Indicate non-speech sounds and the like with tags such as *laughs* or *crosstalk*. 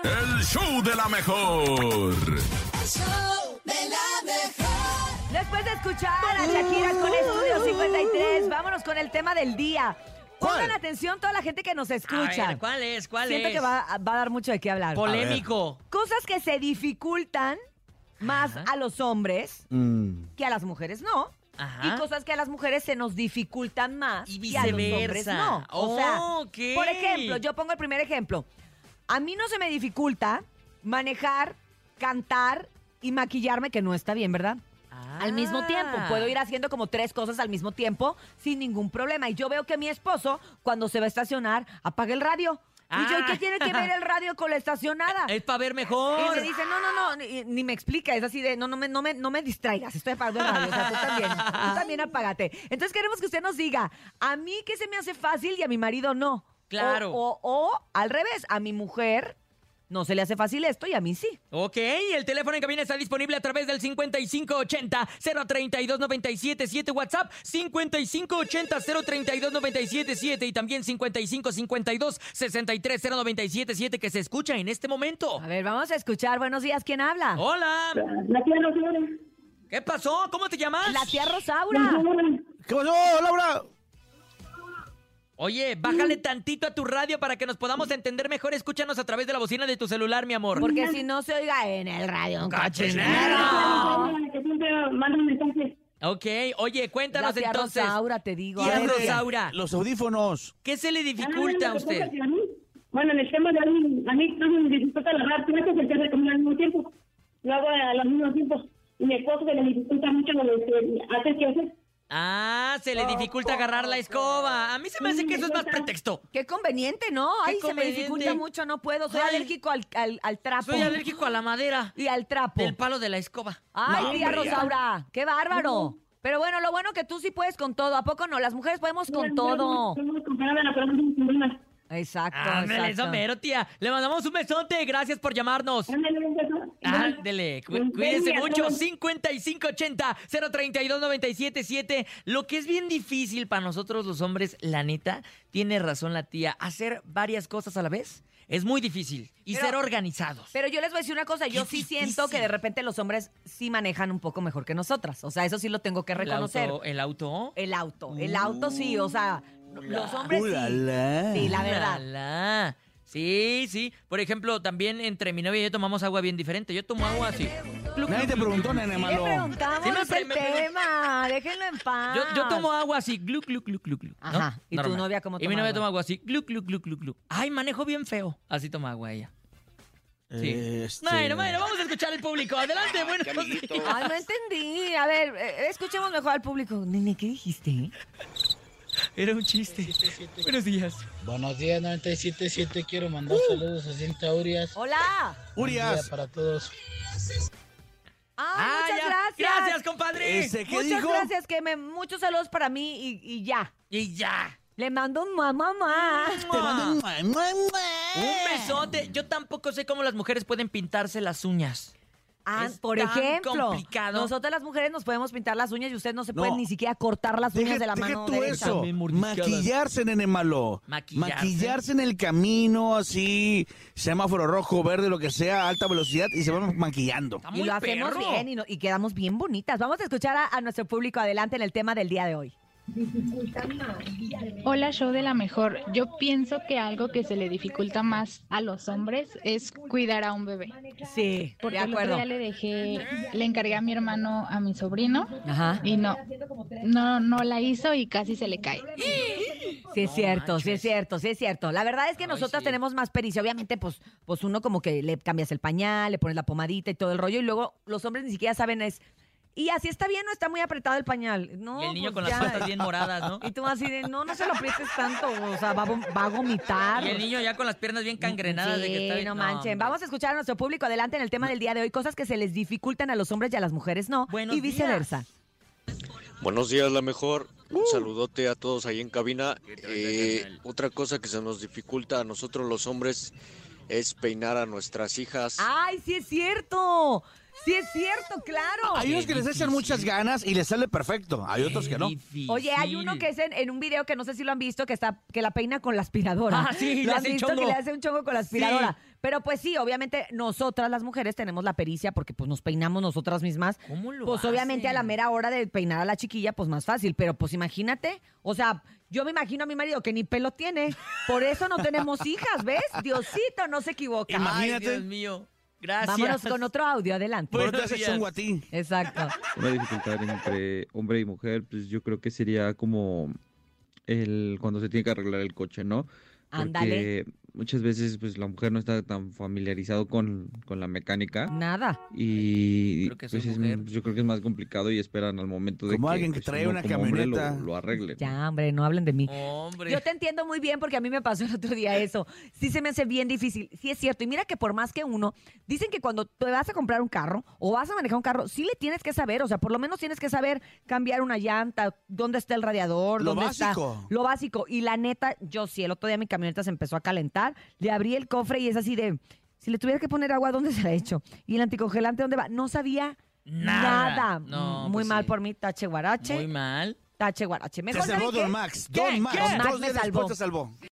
el show de la mejor. Después de escuchar a Shakira con Estudio 53, vámonos con el tema del día. Pongan atención toda la gente que nos escucha. A ver, ¿Cuál es? ¿Cuál Siento es? que va, va a dar mucho de qué hablar. Polémico. Cosas que se dificultan más Ajá. a los hombres Mm. que a las mujeres no. Ajá. Y cosas que a las mujeres se nos dificultan más Y a los viceversa. hombres no. O sea, Ok. por ejemplo, yo pongo el primer ejemplo. A mí no se me dificulta manejar, cantar y maquillarme, que no está bien, ¿verdad? Ah. Al mismo tiempo, puedo ir haciendo como tres cosas al mismo tiempo sin ningún problema. Y yo veo que mi esposo, cuando se va a estacionar, apaga el radio. Y yo, ¿y qué Ah. tiene que ver el radio con la estacionada? Es para ver mejor. Y me dice, no, no, no, ni, ni me explica, es así de, no, no me, no me, no me distraigas, estoy apagando el radio, o sea, tú también, tú también apágate. Entonces queremos que usted nos diga, a mí que se me hace fácil y a mi marido no. Claro. O, o- o, al revés, a mi mujer no se le hace fácil esto y a mí sí. Ok, el teléfono en cabina está disponible a través del 5580-032-977, WhatsApp 5580-032-977 y también 5552-630977 que se escucha en este momento. A ver, vamos a escuchar, buenos días, ¿quién habla? Hola, La tía Rosaura. ¿qué pasó? ¿Cómo te llamas? La tía Rosaura. ¿Qué pasó, Laura? Oye, bájale tantito a tu radio para que nos podamos entender mejor. Escúchanos a través de la bocina de tu celular, mi amor. Porque si no se oiga en el radio. un ¡Cachenero! Que siempre manda mensajes. Ok, oye, La cuéntanos tía entonces. Rosaura, te digo. Tía a ver, Rosaura, Los audífonos. ¿qué se le dificulta a Ah, lo que pasa usted? que a mí- Bueno, en el tema de a mí, a mí no se me dificulta la rap, no se que comer al mismo tiempo. Lo hago a los mismos tiempos. Y mi esposo se le dificulta mucho lo de que- hacer que hacer. Ah, se le dificulta agarrar la escoba. A mí se me hace que eso es más pretexto. Qué conveniente, ¿no? Ay, se me conveniente. dificulta mucho, no puedo. Soy Ay. alérgico al, al, al trapo. Soy alérgico a la madera Y al trapo. del palo de la escoba. Ay, No, tía hombre, ya. Rosaura, qué bárbaro. Pero bueno, lo bueno que tú sí puedes con todo. ¿A poco no? Las mujeres podemos con todo. Somos comparadas a la persona sin problemas. Exacto, Ándale, exacto. eso mero, tía. Le mandamos un besote. Gracias por llamarnos. Ándale, un beso. Ándele, cu- Nos cuídese vemos, mucho. todos. 5580-032-977. Lo que es bien difícil para nosotros los hombres, la neta, tiene razón la tía. Hacer varias cosas a la vez es muy difícil. Y Pero- ser organizados. Pero yo les voy a decir una cosa, yo Qué sí difícil. siento que de repente los hombres sí manejan un poco mejor que nosotras. O sea, eso sí lo tengo que reconocer. El auto. El auto. El auto, el auto sí, o sea, Uh, los hombres sí. Ulala. Sí, la verdad. Ulala. Sí, sí. Por ejemplo, también entre mi novia y yo tomamos agua bien diferente. Yo tomo agua así. Cluc, Nadie te cluc, cluc. preguntó, nene Le malo. preguntamos Sí, me es pre- el me- me- tema, déjenlo en paz. Yo, yo tomo agua así, glu, glu, glu, glu, glu. ¿no? Ah. Ajá. ¿Y tu Normal. novia cómo Y mi toma novia agua? toma agua así, glu, glu, glu, glu, glu. Ay, manejo bien feo. Así toma agua ella. Sí. Este- Bueno, bueno, vamos a escuchar al público. Adelante, bueno. Ay, no entendí. A ver, eh, escuchemos mejor al público. Nene, ¿qué dijiste? Era un chiste. Buenos días. Buenos días, 977. Quiero mandar saludos a Cintia Urias. Hola. Buen día Urias. para todos. Ay, Ah, muchas ya. gracias. Gracias, compadre. Ese, ¿qué muchas dijo? gracias, que me, muchos saludos para mí y, y ya. Y ya. Le mando un mamá, mamá. Te mando un mua, mua, mua. Un besote. Yo tampoco sé cómo las mujeres pueden pintarse las uñas. Ah, Es por tan ejemplo, complicado. nosotras las mujeres nos podemos pintar las uñas y ustedes no se No. pueden ni siquiera cortar las Deja, uñas de la deja mano tú derecha. eso. Bien mordisqueadas. Maquillarse, nene malo. Maquillarse. Maquillarse en el camino, así, semáforo rojo, verde, lo que sea, a alta velocidad, y se van maquillando. Está Y muy lo hacemos perro. bien y, no- y quedamos bien bonitas. Vamos a escuchar a, a nuestro público adelante en el tema del día de hoy. Hola, show de la mejor. Yo pienso que algo que se le dificulta más a los hombres es cuidar a un bebé. Sí, Porque de el otro acuerdo. día le dejé, le encargué a mi hermano a mi sobrino Ajá. y no, no, no la hizo y casi se le cae. Sí, es No cierto, sí, es manches. cierto, sí, es cierto. La verdad es que Ay, nosotras sí. tenemos más pericia. Obviamente, pues, pues uno como que le cambias el pañal, le pones la pomadita y todo el rollo, y luego los hombres ni siquiera saben es. Y así está bien, no está muy apretado el pañal. No, Y el niño pues, con ya. las patas bien moradas, ¿no? *laughs* Y tú así de, no, no se lo aprietes tanto, o sea, va, a vom- va a vomitar. Y el niño ya con las piernas bien cangrenadas de que Sí, está bien- no manchen. hombre. Vamos a escuchar a nuestro público adelante en el tema del día de hoy, cosas que se les dificultan a los hombres y a las mujeres no, Buenos y viceversa. días. Buenos días, la mejor. Uh. Un saludote a todos ahí en cabina. Eh, otra cosa que se nos dificulta a Ah. nosotros los hombres es peinar a nuestras hijas. Ay, sí es cierto. Sí, es cierto, claro. Hay unos Qué que les echan difícil. muchas ganas y les sale perfecto. Hay otros que no. Qué difícil. Oye, hay uno que es en, en un video que no sé si lo han visto, que está, que la peina con la aspiradora. Ah, sí, lo le han hace un visto chongo. que le hace un chongo con la aspiradora. Pero pues sí, obviamente nosotras las mujeres tenemos la pericia porque pues nos peinamos nosotras mismas. ¿Cómo lo Pues obviamente a la hacen? mera hora de peinar a la chiquilla, pues más fácil. Pero pues imagínate, o sea, yo me imagino a mi marido que ni pelo tiene. Por eso no *laughs* tenemos hijas, ¿ves? Diosito no se equivoca. Ima- Ay, Imagínate. Dios mío. Gracias. Vámonos con otro audio, adelante. Pero Buenos te haces días. chongo a ti. Exacto. Una dificultad entre hombre y mujer, pues yo creo que sería como el cuando se tiene que arreglar el coche, ¿no? Ándale. Porque muchas veces pues la mujer no está tan familiarizado con, con la mecánica Nada. y Creo que soy pues es- mujer. yo creo que es más complicado y esperan al momento de Como que, alguien que pues, trae uno una como hombre lo- camioneta. lo, arregle. ¿no? Ya, hombre, no hablen de mí. *laughs* Hombre. Yo te entiendo muy bien porque a mí me pasó el otro día eso. Sí se me hace bien difícil. Sí es cierto. Y mira que por más que uno, dicen que cuando te vas a comprar un carro o vas a manejar un carro, sí le tienes que saber. O sea, por lo menos tienes que saber cambiar una llanta, dónde está el radiador, Lo dónde básico. está lo básico. Y la neta, yo sí, el otro día mi camioneta se empezó a calentar, le abrí el cofre y es así de, si le tuviera que poner agua, ¿dónde se la he hecho? Y el anticongelante, ¿dónde va? No sabía. Nada. Nada. No, Muy pues mal sí. por mí, tache guarache. Muy mal. Tache Te guarache. Mejor salvó ¿saben qué? Don Max. Don Max. ¿Qué? Max Dos me días después salvó. te salvó.